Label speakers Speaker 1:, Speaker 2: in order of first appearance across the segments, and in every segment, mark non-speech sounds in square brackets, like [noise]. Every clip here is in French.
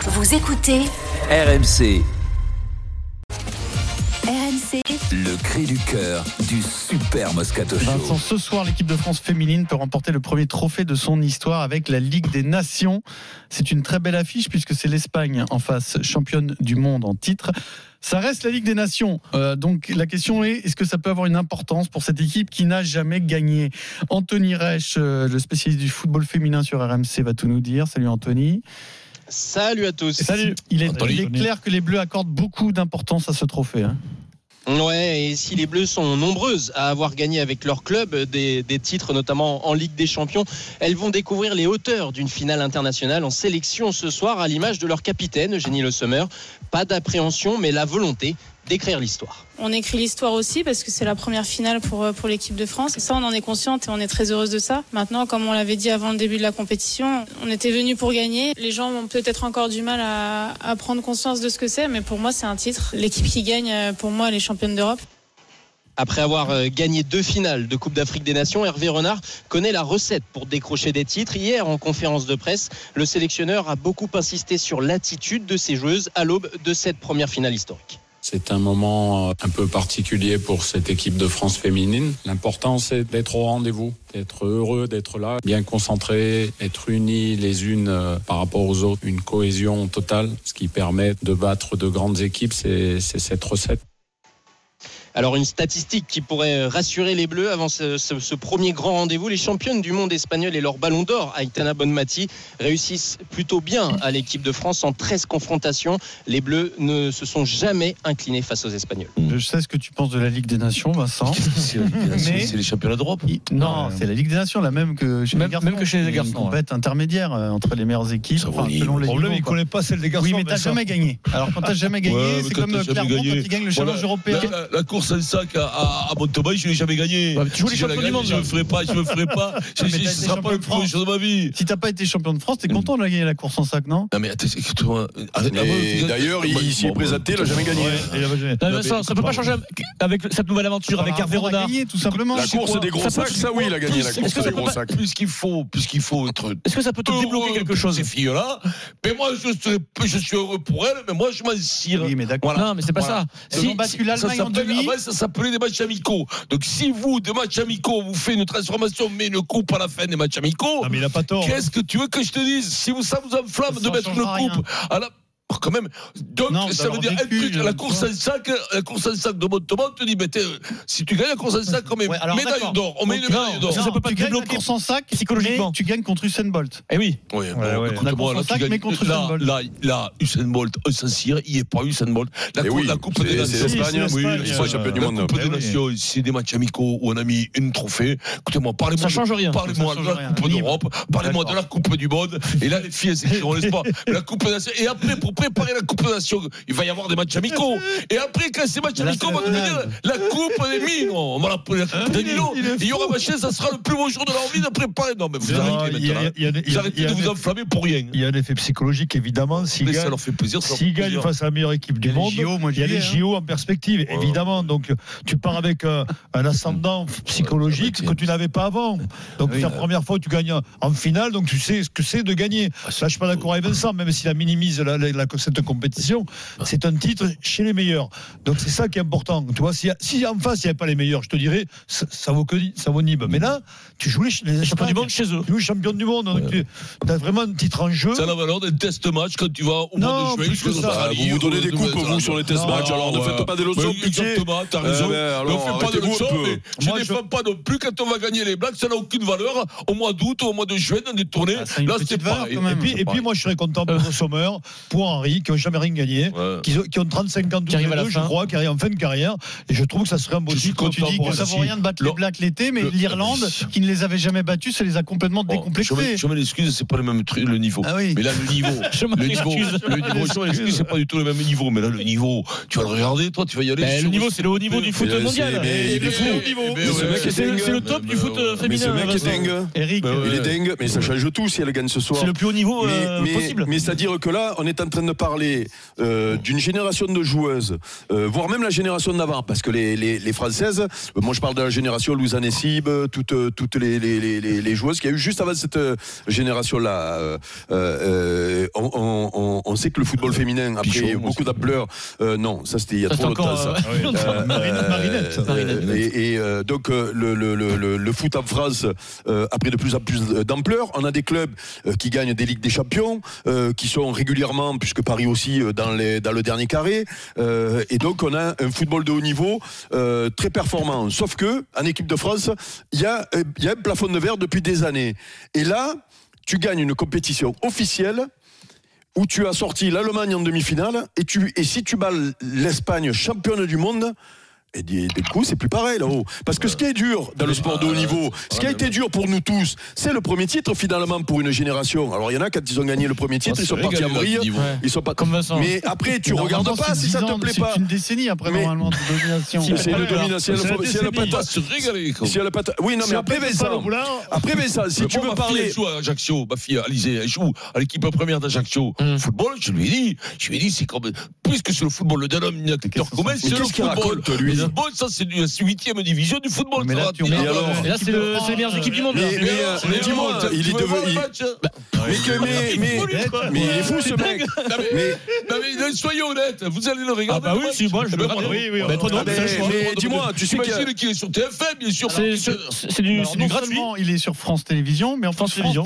Speaker 1: Vous écoutez
Speaker 2: RMC,
Speaker 1: RMC
Speaker 2: le cri du cœur du super Moscato
Speaker 3: Vincent,
Speaker 2: Show.
Speaker 3: ce soir, l'équipe de France féminine peut remporter le premier trophée de son histoire avec la Ligue des Nations. C'est une très belle affiche puisque c'est l'Espagne en face, championne du monde en titre. Ça reste la Ligue des Nations. Euh, donc la question est, est-ce que ça peut avoir une importance pour cette équipe qui n'a jamais gagné Anthony Reich, euh, le spécialiste du football féminin sur RMC, va tout nous dire. Salut Anthony.
Speaker 4: Salut à tous.
Speaker 3: Il est,
Speaker 5: Anthony.
Speaker 3: il est clair que les Bleus accordent beaucoup d'importance à ce trophée. hein.
Speaker 4: Ouais, et si les Bleus sont nombreuses à avoir gagné avec leur club des, des titres, notamment en Ligue des Champions, elles vont découvrir les hauteurs d'une finale internationale en sélection ce soir à l'image de leur capitaine, Eugénie Le Sommer. Pas d'appréhension, mais la volonté d'écrire l'histoire.
Speaker 6: On écrit l'histoire aussi parce que c'est la première finale pour, euh, pour l'équipe de France. Ça, on en est consciente et on est très heureuse de ça. Maintenant, comme on l'avait dit avant le début de la compétition, on était venus pour gagner. Les gens ont peut-être encore du mal à, à prendre conscience de ce que c'est, mais pour moi, c'est un titre. L'équipe qui gagne, euh, pour moi, elle est championne d'Europe.
Speaker 4: Après avoir euh, gagné deux finales de Coupe d'Afrique des Nations, Hervé Renard connaît la recette pour décrocher des titres. Hier, en conférence de presse, le sélectionneur a beaucoup insisté sur l'attitude de ses joueuses à l'aube de cette première finale historique.
Speaker 5: C'est un moment euh, un peu particulier pour cette équipe de France féminine. L'important, c'est d'être au rendez-vous, d'être heureux, d'être là, bien concentré, être unis les unes euh, par rapport aux autres, une cohésion totale, ce qui permet de battre de grandes équipes, c'est c'est cette recette.
Speaker 4: Alors une statistique qui pourrait rassurer les Bleus avant ce, ce- ce premier grand rendez-vous, les championnes du monde espagnol et leur ballon d'or, Aitana Bonmati, réussissent plutôt bien à l'équipe de France en 13 confrontations. Les Bleus ne se sont jamais inclinés face aux Espagnols.
Speaker 3: Je sais ce que tu penses de la Ligue des Nations, Vincent.
Speaker 7: C'est la Ligue des Nations,
Speaker 3: Hein Mais-
Speaker 7: c'est les championnats d'Europe.
Speaker 3: Il- Non, c'est la Ligue des Nations, la même que chez
Speaker 8: Euh, Même-
Speaker 3: les garçons.
Speaker 8: même que chez les
Speaker 3: Il y a
Speaker 8: garçons,
Speaker 3: Une
Speaker 8: ouais.
Speaker 3: compète intermédiaire euh, entre les meilleures équipes,
Speaker 7: Ça
Speaker 3: enfin,
Speaker 7: vaut
Speaker 3: selon
Speaker 7: le
Speaker 8: Le
Speaker 3: les
Speaker 8: problème,
Speaker 3: niveaux,
Speaker 8: il
Speaker 3: quoi.
Speaker 8: connaît pas celle des garçons.
Speaker 3: Oui, mais t'as
Speaker 8: ça-
Speaker 3: jamais gagné. Alors quand t'as jamais gagné,
Speaker 7: Ouais, mais
Speaker 3: c'est
Speaker 7: quand
Speaker 3: comme euh,
Speaker 7: t'as jamais
Speaker 3: Clermont
Speaker 7: gagné.
Speaker 3: quand il gagne le challenge
Speaker 7: Voilà.
Speaker 3: européen.
Speaker 7: La, la- la course en sac à, à, à Montebaille, je l'ai jamais gagnée.
Speaker 8: Bah, tu joues
Speaker 7: Si
Speaker 8: les
Speaker 7: je la
Speaker 8: champions
Speaker 7: gagne,
Speaker 8: du monde,
Speaker 7: Je
Speaker 8: là.
Speaker 7: le ferai pas, je le ferai pas. Je-
Speaker 3: mais
Speaker 7: je-
Speaker 3: t'as été
Speaker 7: Ce sera
Speaker 3: champion
Speaker 7: pas le
Speaker 3: de
Speaker 7: premier
Speaker 3: France.
Speaker 7: jour de ma vie.
Speaker 3: Si t'as pas été champion de France, t'es content de gagner la course en sac, non
Speaker 7: Non mais attends, écoute-moi. Arrête- avant,
Speaker 9: Et
Speaker 7: ah, tu-
Speaker 9: d'ailleurs,
Speaker 7: Bon,
Speaker 9: il s'y est
Speaker 7: bon,
Speaker 9: présenté, il n'a jamais gagné.
Speaker 8: Ouais, et bah, la Belgique.
Speaker 7: Non,
Speaker 8: Non,
Speaker 7: mais-
Speaker 8: mais Vincent, ça peut pas changer avec cette nouvelle aventure avec
Speaker 3: Apprendre
Speaker 8: Hervé
Speaker 3: à
Speaker 8: Renard.
Speaker 3: gagner, tout simplement.
Speaker 9: La
Speaker 8: je sais
Speaker 9: course
Speaker 8: quoi.
Speaker 9: des gros
Speaker 8: Ça
Speaker 9: sacs,
Speaker 8: peut-
Speaker 9: ça oui, il a gagné la
Speaker 7: Plus-
Speaker 9: course
Speaker 8: est-ce que
Speaker 9: des
Speaker 8: ça
Speaker 9: gros
Speaker 8: peut pas-
Speaker 9: sacs.
Speaker 7: Plus qu'il faut, plus qu'il faut être
Speaker 8: Est-ce que ça peut te
Speaker 7: heureux
Speaker 8: débloquer quelque
Speaker 7: pour
Speaker 8: chose
Speaker 7: Ces filles-là. Mais moi, je, serai- je suis heureux pour elles, mais moi, je m'en cire.
Speaker 3: Oui, mais d'accord.
Speaker 7: Voilà.
Speaker 8: Non, mais c'est pas
Speaker 7: Voilà.
Speaker 8: ça.
Speaker 3: Ils
Speaker 8: Si-
Speaker 3: ont battu
Speaker 7: Ça
Speaker 3: l'Allemagne en
Speaker 7: s'appelle-
Speaker 3: demi.
Speaker 7: avant, ça s'appelait des matchs amicaux. Donc si vous, des matchs amicaux, vous faites une transformation, mais une coupe à la fin des matchs amicaux,
Speaker 8: Non, Ah, mais il a pas tort.
Speaker 7: qu'est-ce que tu veux que je te dise Si vous, ça vous enflamme
Speaker 3: Ah, Ça
Speaker 7: de mettre une
Speaker 3: changera
Speaker 7: coupe à la... Oh, Quand même, donc
Speaker 3: Non,
Speaker 7: ça
Speaker 3: d'avoir
Speaker 7: veut dire un
Speaker 3: vécu, euh,
Speaker 7: truc,
Speaker 3: je-
Speaker 7: la course en sac, euh, la course en sac de Montemont, tu dis, mais t'es- euh, si tu gagnes la course en sac, on met
Speaker 3: Ouais, alors,
Speaker 7: médaille
Speaker 3: d'accord.
Speaker 7: d'or, on met
Speaker 3: Ok.
Speaker 7: une médaille d'or.
Speaker 8: ça, ça peut pas
Speaker 3: tu
Speaker 8: te
Speaker 3: gagnes la
Speaker 8: débloquer
Speaker 3: course en sac,
Speaker 8: psychologiquement.
Speaker 3: mais tu gagnes contre Usain Bolt.
Speaker 8: Eh oui.
Speaker 7: Oui, bon,
Speaker 8: ouais.
Speaker 3: La
Speaker 7: écoute-moi,
Speaker 3: course
Speaker 7: là,
Speaker 3: en
Speaker 7: tu
Speaker 3: sac,
Speaker 7: gagnes-
Speaker 3: mais contre Usain
Speaker 7: là,
Speaker 3: Bolt.
Speaker 7: là, là, Usain Bolt, on s'en cire, il est pas Usain Bolt. La,
Speaker 9: Eh
Speaker 7: cour-
Speaker 9: oui,
Speaker 7: la coupe des
Speaker 9: c'est-
Speaker 7: nations,
Speaker 9: c'est l'Espagne,
Speaker 8: c'est
Speaker 9: oui,
Speaker 8: l'Espagne,
Speaker 9: ils sont champions du
Speaker 7: La
Speaker 9: monde.
Speaker 7: Coupe
Speaker 8: Eh
Speaker 7: des
Speaker 8: oui.
Speaker 7: Nations, c'est des matchs amicaux où on a mis une trophée. Écoutez-moi, parlez-moi
Speaker 8: Ça
Speaker 7: de-
Speaker 8: change rien.
Speaker 7: parlez-moi
Speaker 3: Ça
Speaker 7: de
Speaker 3: change
Speaker 7: la
Speaker 3: rien.
Speaker 7: Coupe
Speaker 3: Libre.
Speaker 7: d'Europe, parlez-moi de
Speaker 3: D'accord.
Speaker 7: la Coupe du Monde. Et là, les filles, elles s'écriront, n'est-ce pas La Coupe des Nations. Et après, pour préparer la Coupe des Nations, il va y avoir des matchs amicaux. Et après, quand ces matchs
Speaker 3: Là,
Speaker 7: amicaux
Speaker 3: c'est la
Speaker 7: vont devenir
Speaker 3: finale.
Speaker 7: la Coupe des Mines, on va l'appeler la Coupe des Nilo.
Speaker 3: il est
Speaker 7: Il y aura machin, ça sera le plus beau jour de leur vie de préparer. Non, mais vous arrêtez maintenant. hein. Vous arrêtez de vous enflammer pour rien.
Speaker 8: y a un effet psychologique, évidemment. S'il
Speaker 7: Mais ça leur fait plaisir. ça leur fait
Speaker 8: S'ils gagnent
Speaker 7: plaisir.
Speaker 8: face à la meilleure équipe
Speaker 3: Il y
Speaker 8: du
Speaker 3: a les
Speaker 8: monde,
Speaker 3: JO, moi,
Speaker 8: il y a
Speaker 3: j'y
Speaker 8: les
Speaker 3: vais, hein.
Speaker 8: JO en perspective, évidemment. Donc tu pars avec euh, un ascendant psychologique que tu n'avais pas avant. Donc
Speaker 3: Oui,
Speaker 8: c'est la
Speaker 3: euh.
Speaker 8: première fois que tu gagnes en finale, donc tu sais ce que c'est de gagner.
Speaker 3: Ah,
Speaker 8: Là, je suis pas d'accord avec Vincent, même s'il a minimise la- la- la- cette compétition,
Speaker 3: Ah.
Speaker 8: c'est un titre chez les meilleurs. Donc c'est ça qui est important. Tu vois, si, si en face il n'y avait pas les meilleurs, je te dirais, ça, ça vaut que ça vaut nib. Mais là, tu joues les, les champions du monde chez eux. Tu joues les champions du monde, donc tu as vraiment un titre en jeu.
Speaker 7: Ça a la valeur d'un test match quand tu vas au
Speaker 8: Non,
Speaker 7: mois de juin.
Speaker 8: plus que
Speaker 7: jusqu'aux
Speaker 8: ça.
Speaker 9: Ah,
Speaker 7: Australies,
Speaker 9: vous vous donnez
Speaker 7: au-
Speaker 9: des coupes,
Speaker 7: Nouvelle-Zélande.
Speaker 9: vous, sur les test
Speaker 8: Non,
Speaker 9: matchs, alors ne
Speaker 7: ouais.
Speaker 9: faites pas des
Speaker 7: Mais
Speaker 9: leçons, pitié.
Speaker 7: Exactement, t'as
Speaker 9: Eh
Speaker 7: raison.
Speaker 9: ben, alors,
Speaker 7: Mais on fait pas de
Speaker 9: arrêtez-vous un
Speaker 7: leçons,
Speaker 9: peu.
Speaker 7: mais je
Speaker 8: Moi,
Speaker 7: ne
Speaker 8: je-
Speaker 7: défends pas non plus quand on va gagner les Blacks, ça n'a aucune valeur. Au mois d'août, au mois de juin, on est tourné.
Speaker 3: Ah, ça a une
Speaker 7: Là,
Speaker 3: petite
Speaker 7: c'est
Speaker 3: valeur,
Speaker 7: pareil.
Speaker 3: quand même.
Speaker 8: Et puis, et puis moi, je serais content
Speaker 7: [laughs]
Speaker 8: pour Sommer, pour Henri, qui n'ont jamais rien gagné,
Speaker 7: Ouais.
Speaker 8: qui, ont- qui ont 35 ans tous
Speaker 3: Qui arrivent
Speaker 8: les
Speaker 3: à la
Speaker 8: deux, je
Speaker 3: fin.
Speaker 8: crois, qui arrivent en fin de carrière. Et je trouve que ça serait un beau
Speaker 7: Je suis
Speaker 8: titre.
Speaker 3: Quand tu
Speaker 7: content
Speaker 3: dis
Speaker 7: pour
Speaker 3: que ça
Speaker 7: Messi.
Speaker 3: vaut rien de battre les
Speaker 7: Le-
Speaker 3: Blacks l'été, mais
Speaker 7: le-
Speaker 3: l'Irlande, qui ne les avait jamais battus, ça les a complètement
Speaker 7: Bon, je mets-
Speaker 3: décomplexés.
Speaker 7: je mets l'excuse, c'est pas le même truc, le niveau.
Speaker 3: Ah oui.
Speaker 7: Mais là, le niveau, le niveau, le niveau, je mets l'excuse, c'est pas du tout le même niveau. Mais là, le niveau, tu vas le regarder, toi, tu vas y aller. sur-
Speaker 8: c'est le haut niveau
Speaker 7: du
Speaker 9: foot Mais là, mondial. c'est- mais il est fou. Mais ce mec est dingue.
Speaker 7: du foot
Speaker 8: euh,
Speaker 1: euh,
Speaker 9: Mais ce mec est dingue.
Speaker 3: Eric,
Speaker 7: Bah ouais.
Speaker 9: Il est dingue, mais ça change tout si elle gagne ce soir.
Speaker 8: plus haut niveau
Speaker 3: euh,
Speaker 9: Mais- mais- Mais c'est-à-dire que là, on est en train de parler euh, d'une génération de joueuses, euh, voire même la génération d'avant, parce que les, les, les Françaises, euh, moi je parle de la génération Lousanne et Sib, euh, toutes, euh, toutes les, les, les, les, les joueuses qu'il y a eu juste avant cette euh, génération-là. euh, euh, on, on- on- on sait que le football féminin a pris
Speaker 7: Pichon,
Speaker 9: beaucoup d'ampleur. Euh, non, ça c'était il y a
Speaker 3: Ça, c'est
Speaker 9: trop longtemps.
Speaker 3: encore.
Speaker 9: ça.
Speaker 3: euh,
Speaker 9: Euh,
Speaker 8: Marinette, Marinette.
Speaker 9: euh, Et, et, euh, donc euh, le, le, le, le- le foot en France euh, a pris de plus en plus d'ampleur. On a des clubs euh, qui gagnent des ligues des champions, euh, qui sont régulièrement, puisque Paris aussi, euh, dans, les, dans le dernier carré. Euh, et donc on a un football de haut niveau euh, très performant. Sauf que en équipe de France, il y, a, euh, il y a un plafond de verre depuis des années. Et là, tu gagnes une compétition officielle où tu as sorti l'Allemagne en demi-finale et, tu, et si tu bats l'Espagne championne du monde, et du du coup, c'est plus pareil là-haut. Parce que ce qui est dur dans le sport de haut niveau, ce qui a été dur pour nous tous, c'est le premier titre finalement pour une génération. Alors il y en a quand ils ont gagné le premier titre,
Speaker 7: Ah,
Speaker 9: ils sont partis en vrille, ils sont pas.
Speaker 3: Comme Vincent.
Speaker 9: Mais après, tu regardes
Speaker 3: Normalement,
Speaker 9: pas
Speaker 3: c'est
Speaker 9: si ça
Speaker 3: 10
Speaker 9: te
Speaker 3: ans,
Speaker 9: plaît pas.
Speaker 3: C'est une décennie après,
Speaker 9: Mais-
Speaker 3: normalement, de domination.
Speaker 9: Si c'est une
Speaker 8: Alors,
Speaker 9: domination,
Speaker 8: c'est la
Speaker 9: si elle a pas
Speaker 8: décennie.
Speaker 7: On va se régaler. quoi.
Speaker 9: si elle a pas- Oui, non, mais après Vincent, après Vincent, si
Speaker 7: Mais
Speaker 9: tu
Speaker 7: moi,
Speaker 9: veux
Speaker 7: ma fille,
Speaker 9: parler,
Speaker 7: elle joue à Ajaccio, ma fille Alizé, elle joue à l'équipe première d'Ajaccio.
Speaker 9: Hmm.
Speaker 7: Football, je lui ai dit, je lui ai dit, c'est comme, puisque c'est le football, le dénominateur commun,
Speaker 9: Mais
Speaker 7: c'est le
Speaker 9: qu'est-ce qu'il
Speaker 7: football.
Speaker 9: raconte, lui, là
Speaker 7: Le football, ça, c'est la huitième division du football.
Speaker 3: Mais
Speaker 7: ça
Speaker 3: là,
Speaker 7: va,
Speaker 3: tu
Speaker 7: dis-
Speaker 3: regardes-
Speaker 9: Et alors
Speaker 1: Là, c'est le- c'est les meilleures équipes du monde. là.
Speaker 9: mais, mais, euh,
Speaker 7: Mais
Speaker 9: dis-moi,
Speaker 7: alors,
Speaker 9: il
Speaker 7: tu
Speaker 9: est
Speaker 7: veux voir le
Speaker 9: devenu,
Speaker 7: match hein.
Speaker 9: mais que- mais, mais, mais il est fou ce mec.
Speaker 7: Non, mais-
Speaker 9: Mais
Speaker 7: non, mais soyez honnêtes, vous allez le hein. regarder.
Speaker 1: Ah bah oui, si, moi, je le regarde.
Speaker 7: Oui,
Speaker 8: oui,
Speaker 1: Bah, toi, non,
Speaker 9: Ah, mais-
Speaker 1: ça, je vois.
Speaker 9: mais dis-moi, tu sais qu'il y a-
Speaker 7: Imagine qu'il est sur TFM, bien sûr.
Speaker 1: C'est-
Speaker 7: parce que-
Speaker 1: C'est c'est du,
Speaker 3: Alors,
Speaker 1: c'est
Speaker 3: non
Speaker 1: du gratuit.
Speaker 3: seulement il est sur France Télévisions, mais en France,
Speaker 1: France
Speaker 3: France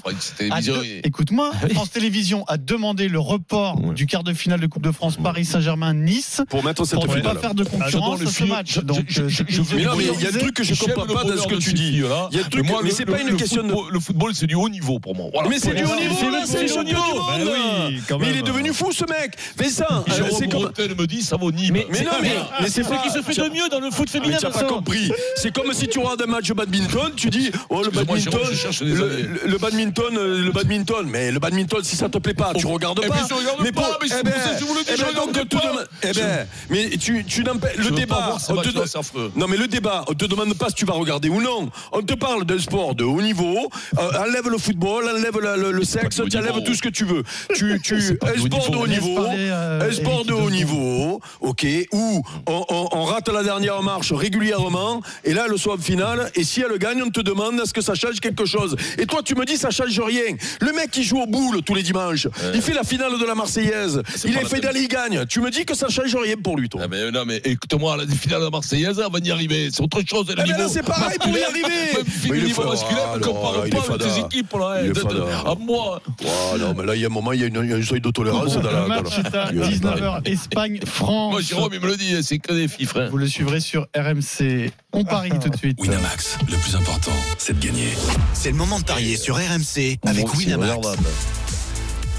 Speaker 3: Télévisions
Speaker 7: France
Speaker 3: a
Speaker 7: Télévisions,
Speaker 3: Ah, de-
Speaker 7: il-
Speaker 3: Écoute-moi, France Télévisions a demandé le report du quart de finale de Coupe de France Paris Saint-Germain-Nice
Speaker 9: pour mettre cette
Speaker 3: pour ne pas
Speaker 9: finale.
Speaker 3: faire de
Speaker 7: J'adore
Speaker 3: concurrence
Speaker 7: le
Speaker 3: à ce
Speaker 7: film.
Speaker 3: match.
Speaker 7: Je-
Speaker 3: Donc,
Speaker 7: je-
Speaker 3: euh,
Speaker 7: je- je-
Speaker 3: c'était-
Speaker 9: Mais non, mais il y a
Speaker 7: J'aime
Speaker 9: des trucs que je
Speaker 7: le
Speaker 9: comprends pas dans
Speaker 7: bonheur
Speaker 9: ce que
Speaker 7: de
Speaker 9: tu
Speaker 7: ces
Speaker 9: dis.
Speaker 7: filles-là.
Speaker 9: Il y a des trucs,
Speaker 7: moi,
Speaker 9: mais
Speaker 7: le-
Speaker 9: c'est pas
Speaker 7: le-
Speaker 9: une
Speaker 7: le
Speaker 9: question de.
Speaker 7: football- Le football, c'est du haut niveau pour moi. Voilà.
Speaker 9: Mais c'est du haut niveau, bah là, c'est les champions du
Speaker 8: Ben
Speaker 9: monde.
Speaker 8: oui, quand
Speaker 9: Ah, Mais
Speaker 8: même.
Speaker 9: il est devenu fou, ce mec. Vincent,
Speaker 7: Et
Speaker 9: euh, c'est
Speaker 7: Jérôme
Speaker 9: comme.
Speaker 7: Bretel me dit, ça vaut ni.
Speaker 1: Mais-
Speaker 9: Mais non, mais, mais c'est
Speaker 1: C'est
Speaker 9: pas.
Speaker 1: ce qui se fait de mieux dans le foot
Speaker 9: Ah, Mais
Speaker 1: féminin.
Speaker 9: t'as pas
Speaker 1: Vincent.
Speaker 9: compris. C'est comme si tu regardes un match de badminton, tu dis oh le
Speaker 7: Excuse-moi,
Speaker 9: badminton,
Speaker 7: Jérôme, je cherche des
Speaker 9: le,
Speaker 7: années.
Speaker 9: le- le badminton, euh, le badminton. Mais le badminton, si ça te plaît pas, tu regardes
Speaker 7: Eh
Speaker 9: pas.
Speaker 7: ben, je regarde pas, mais c'est
Speaker 9: eh
Speaker 7: pour
Speaker 9: ben,
Speaker 7: ça que je vous le dis,
Speaker 9: eh
Speaker 7: je
Speaker 9: ben,
Speaker 7: regarde
Speaker 9: donc,
Speaker 7: pas.
Speaker 9: tout dema- eh ben, mais tu, tu n'empêches-
Speaker 7: Je
Speaker 9: le
Speaker 7: veux pas
Speaker 9: débat.
Speaker 7: voir ces
Speaker 9: on te
Speaker 7: matchs-là,
Speaker 9: do-
Speaker 7: c'est affreux.
Speaker 9: non mais le débat, on te demande pas si tu vas regarder ou non. On te parle d'un sport de haut niveau. euh, enlève le football, enlève la- le, le sexe,
Speaker 7: pas du
Speaker 9: tu
Speaker 7: haut
Speaker 9: enlèves
Speaker 7: niveau.
Speaker 9: tout ce que tu veux.
Speaker 7: [laughs]
Speaker 9: Tu, tu
Speaker 7: pas
Speaker 9: un
Speaker 7: du haut
Speaker 9: sport de haut
Speaker 3: Laisse
Speaker 9: niveau.
Speaker 3: parler, euh,
Speaker 9: Un sport
Speaker 3: Eric
Speaker 9: de
Speaker 3: Zemmour.
Speaker 9: haut niveau, ok, où on, on- on rate la dernière marche régulièrement, et là, le soir final, et si elle gagne, on te demande est-ce que ça change quelque chose. Et toi, tu me dis, ça change rien. Le mec, qui joue au boule tous les dimanches, il fait la finale de la Marseillaise,
Speaker 7: c'est
Speaker 9: il
Speaker 7: pas
Speaker 9: est
Speaker 7: la
Speaker 9: fédal,
Speaker 7: peine.
Speaker 9: il gagne. Tu me dis que ça change rien pour lui, toi.
Speaker 7: Ah, mais, euh, non, mais écoute-moi, la finale de la Marseillaise, on va y arriver. C'est autre chose.
Speaker 9: Ah, mais là, c'est pareil pour y
Speaker 7: masculin,
Speaker 9: arriver.
Speaker 7: Même
Speaker 9: Mais
Speaker 7: si le
Speaker 9: il est
Speaker 7: niveau
Speaker 9: fort,
Speaker 7: masculin,
Speaker 9: ah,
Speaker 7: ne
Speaker 9: non,
Speaker 7: compare
Speaker 9: il est
Speaker 7: pas
Speaker 9: fadard.
Speaker 7: tes équipes. Là,
Speaker 9: Il est
Speaker 7: hein, de- de-
Speaker 9: fadard.
Speaker 7: à moi.
Speaker 9: Oh, non, mais là, il y a un moment, il y a, une- il y a un seuil de tolérance. dans la-
Speaker 3: Le match
Speaker 9: dans
Speaker 3: est
Speaker 9: la-
Speaker 3: à 19h Espagne-France.
Speaker 7: Moi, Jérôme, il me le dit, c'est que des filles, frère.
Speaker 3: Vous le suivrez sur RMC. On parie tout de suite.
Speaker 2: Winamax, le plus important, c'est de gagner.
Speaker 10: C'est le moment de parier sur RMC avec Winamax.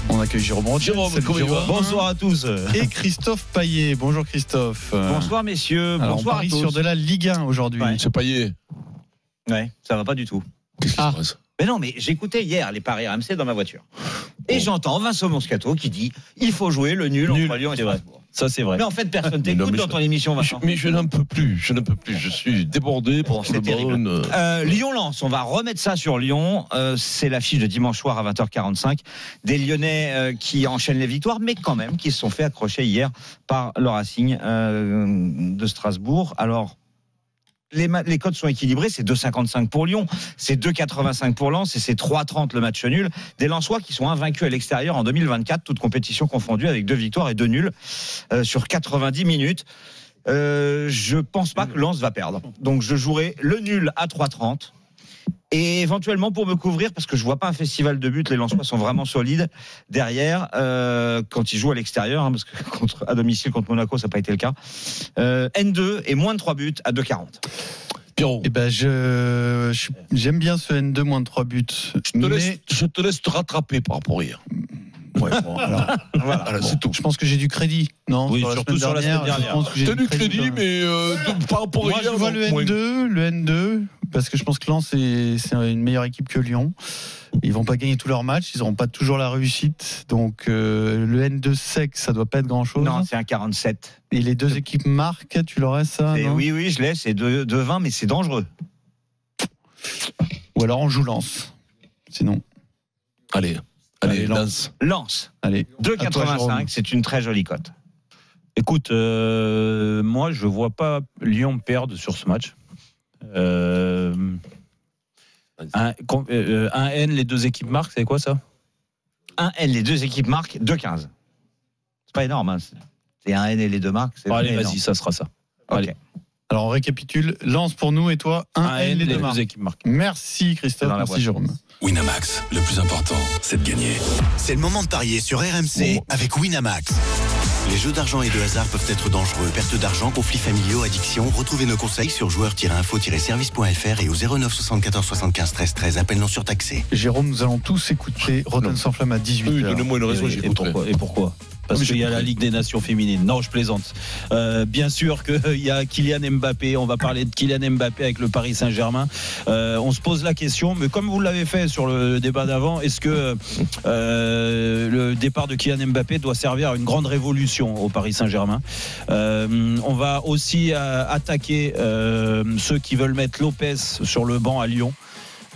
Speaker 3: On accueille Jérôme Rothschild.
Speaker 7: Jérôme,
Speaker 3: Salut,
Speaker 7: comment il
Speaker 3: Jérôme.
Speaker 7: va
Speaker 1: Bonsoir à tous.
Speaker 3: Et Christophe Paillet. Bonjour Christophe. Euh,
Speaker 1: Bonsoir messieurs.
Speaker 3: Alors on
Speaker 1: Bonsoir à
Speaker 3: parie sur
Speaker 1: tous.
Speaker 3: de la Ligue 1 aujourd'hui.
Speaker 1: Ouais.
Speaker 7: Ce paillet.
Speaker 1: Ouais, ça va pas du tout.
Speaker 7: Qu'est-ce qui
Speaker 3: Ah.
Speaker 7: se passe
Speaker 1: Mais non, mais j'écoutais hier les paris RMC dans ma voiture. Et j'entends Vincent Moscato qui dit il faut jouer le nul, entre Lyon et Strasbourg. Ça, c'est vrai. Mais en fait, personne
Speaker 7: non,
Speaker 1: t'écoute
Speaker 7: mais
Speaker 1: dans
Speaker 7: je-
Speaker 1: ton émission,
Speaker 7: Je-
Speaker 1: Vincent.
Speaker 7: Mais je n'en peux plus, je n'en peux plus. Je suis débordé
Speaker 1: Bon,
Speaker 7: pour
Speaker 1: c'est
Speaker 7: le
Speaker 1: terrible.
Speaker 7: bon.
Speaker 1: Euh, Lyon-Lens, on va remettre ça sur Lyon. Euh, c'est l'affiche de dimanche soir à 20h45. Des Lyonnais euh, qui enchaînent les victoires, mais quand même qui se sont fait accrocher hier par le Racing euh, de Strasbourg. Alors. Les, ma- les codes sont équilibrés, c'est 2,55 pour Lyon, c'est 2,85 pour Lens et c'est 3,30 le match nul. Des Lensois qui sont invaincus à l'extérieur en 2024, toutes compétitions confondues, avec deux victoires et deux nuls euh, sur 90 minutes. Euh, je pense pas que Lens va perdre. Donc je jouerai le nul à 3,30. Et éventuellement pour me couvrir, parce que je vois pas un festival de buts, les Lensois sont vraiment solides derrière euh, quand ils jouent à l'extérieur, hein, parce que [laughs] contre, à domicile contre Monaco ça n'a pas été le cas. Euh, N2 et moins de 3 buts à 2,40.
Speaker 7: Pierrot,
Speaker 3: Eh ben je je- j'aime bien ce N2 moins de 3 buts.
Speaker 7: je te,
Speaker 3: Mais-
Speaker 7: laisse, je te laisse te rattraper par rapport à hier.
Speaker 3: Ouais,
Speaker 7: [laughs]
Speaker 3: bon, alors,
Speaker 1: Voilà.
Speaker 7: Voilà, c'est tout.
Speaker 3: je pense que j'ai du crédit. Non,
Speaker 1: Oui,
Speaker 3: sur la
Speaker 1: surtout
Speaker 3: semaine
Speaker 1: sur la
Speaker 3: dernière.
Speaker 1: semaine
Speaker 3: je
Speaker 1: dernière.
Speaker 3: pense que j'ai
Speaker 7: T'as
Speaker 3: du
Speaker 7: du crédit,
Speaker 3: quand même.
Speaker 7: mais euh, de- par rapport
Speaker 3: Moi,
Speaker 7: à
Speaker 3: je
Speaker 7: hier.
Speaker 3: vois le
Speaker 7: moins-
Speaker 3: N2, le N2, parce que je pense que Lens est- c'est une meilleure équipe que Lyon. Ils vont pas gagner tous leurs matchs, ils n'auront pas toujours la réussite. Donc euh, le N2 sec, ça doit pas être grand chose.
Speaker 1: Non, c'est un 47.
Speaker 3: Et les deux équipes marquent, tu l'aurais ça
Speaker 1: Et
Speaker 3: Ah non
Speaker 1: Eh oui, oui, je l'ai, c'est 2 20, mais c'est dangereux.
Speaker 3: Ou alors on joue Lens. Sinon,
Speaker 7: Allez,
Speaker 4: Allez,
Speaker 3: Allez,
Speaker 4: lance.
Speaker 11: Lance,
Speaker 3: Allez, à toi, Jérôme.
Speaker 11: 2,85, c'est une très jolie cote.
Speaker 1: Écoute, euh, moi, je vois pas Lyon perdre sur ce match. Euh, un, com- euh, un N, les deux équipes marquent, c'est quoi ça
Speaker 11: 1 N, les deux équipes marquent 2,15. C'est pas énorme, hein. C'est 1 N et les deux marques. c'est
Speaker 1: Bon,
Speaker 11: pas
Speaker 1: Allez,
Speaker 11: énorme.
Speaker 1: vas-y, ça sera ça.
Speaker 11: Ok.
Speaker 1: allez.
Speaker 3: Alors on récapitule, lance pour nous et toi, un,
Speaker 1: Un N,
Speaker 3: N, les deux marques.
Speaker 1: deux équipes marquent.
Speaker 3: Merci Christophe,
Speaker 11: dans la
Speaker 3: merci
Speaker 11: boîte.
Speaker 3: Jérôme.
Speaker 9: Winamax, le plus important, c'est de gagner.
Speaker 7: C'est le moment de parier sur RMC avec Winamax. Les jeux d'argent et de hasard peuvent être dangereux. Perte d'argent, conflits familiaux, addiction. Retrouvez nos conseils sur joueurs-info-service.fr et au 09 74 75 13 13. Appel non surtaxé.
Speaker 3: Jérôme, nous allons tous écouter Rotten sans flamme à 18h.
Speaker 4: Oui, donnez-moi une raison,
Speaker 1: Et
Speaker 4: j'écouterai.
Speaker 1: pourquoi, et pourquoi Parce
Speaker 4: Mais j'ai
Speaker 1: qu'il y a la
Speaker 4: compris.
Speaker 1: Ligue des Nations féminines. Non, je plaisante. Euh, bien sûr qu'il y a Kylian Mbappé. On va parler de Kylian Mbappé avec le Paris Saint-Germain. Euh, on se pose la question, mais comme vous l'avez fait sur le débat d'avant, est-ce que euh, le départ de Kylian Mbappé doit servir à une grande révolution au Paris Saint-Germain Euh, On va aussi euh, attaquer euh, ceux qui veulent mettre Lopez sur le banc à Lyon.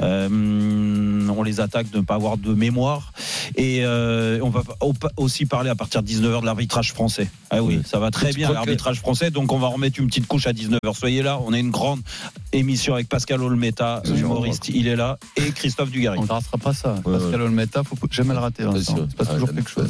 Speaker 1: Euh, on les attaque de ne pas avoir de mémoire. Et euh, on va au- aussi parler à partir de 19h de l'arbitrage français. Ah oui, ça va très bien
Speaker 4: crois
Speaker 1: l'arbitrage français. Donc on va remettre une petite couche à 19h. Soyez là, on a une grande émission avec Pascal Olmeta, humoriste, il est là, et Christophe Dugarry.
Speaker 3: On ne ratera pas ça.
Speaker 4: ouais. Ah,
Speaker 3: Pascal Olmeta, faut jamais le rater. Vincent.
Speaker 4: Ouais, c'est vrai.
Speaker 3: Il se passe
Speaker 4: Ouais,
Speaker 3: toujours
Speaker 4: ouais.
Speaker 3: quelque chose.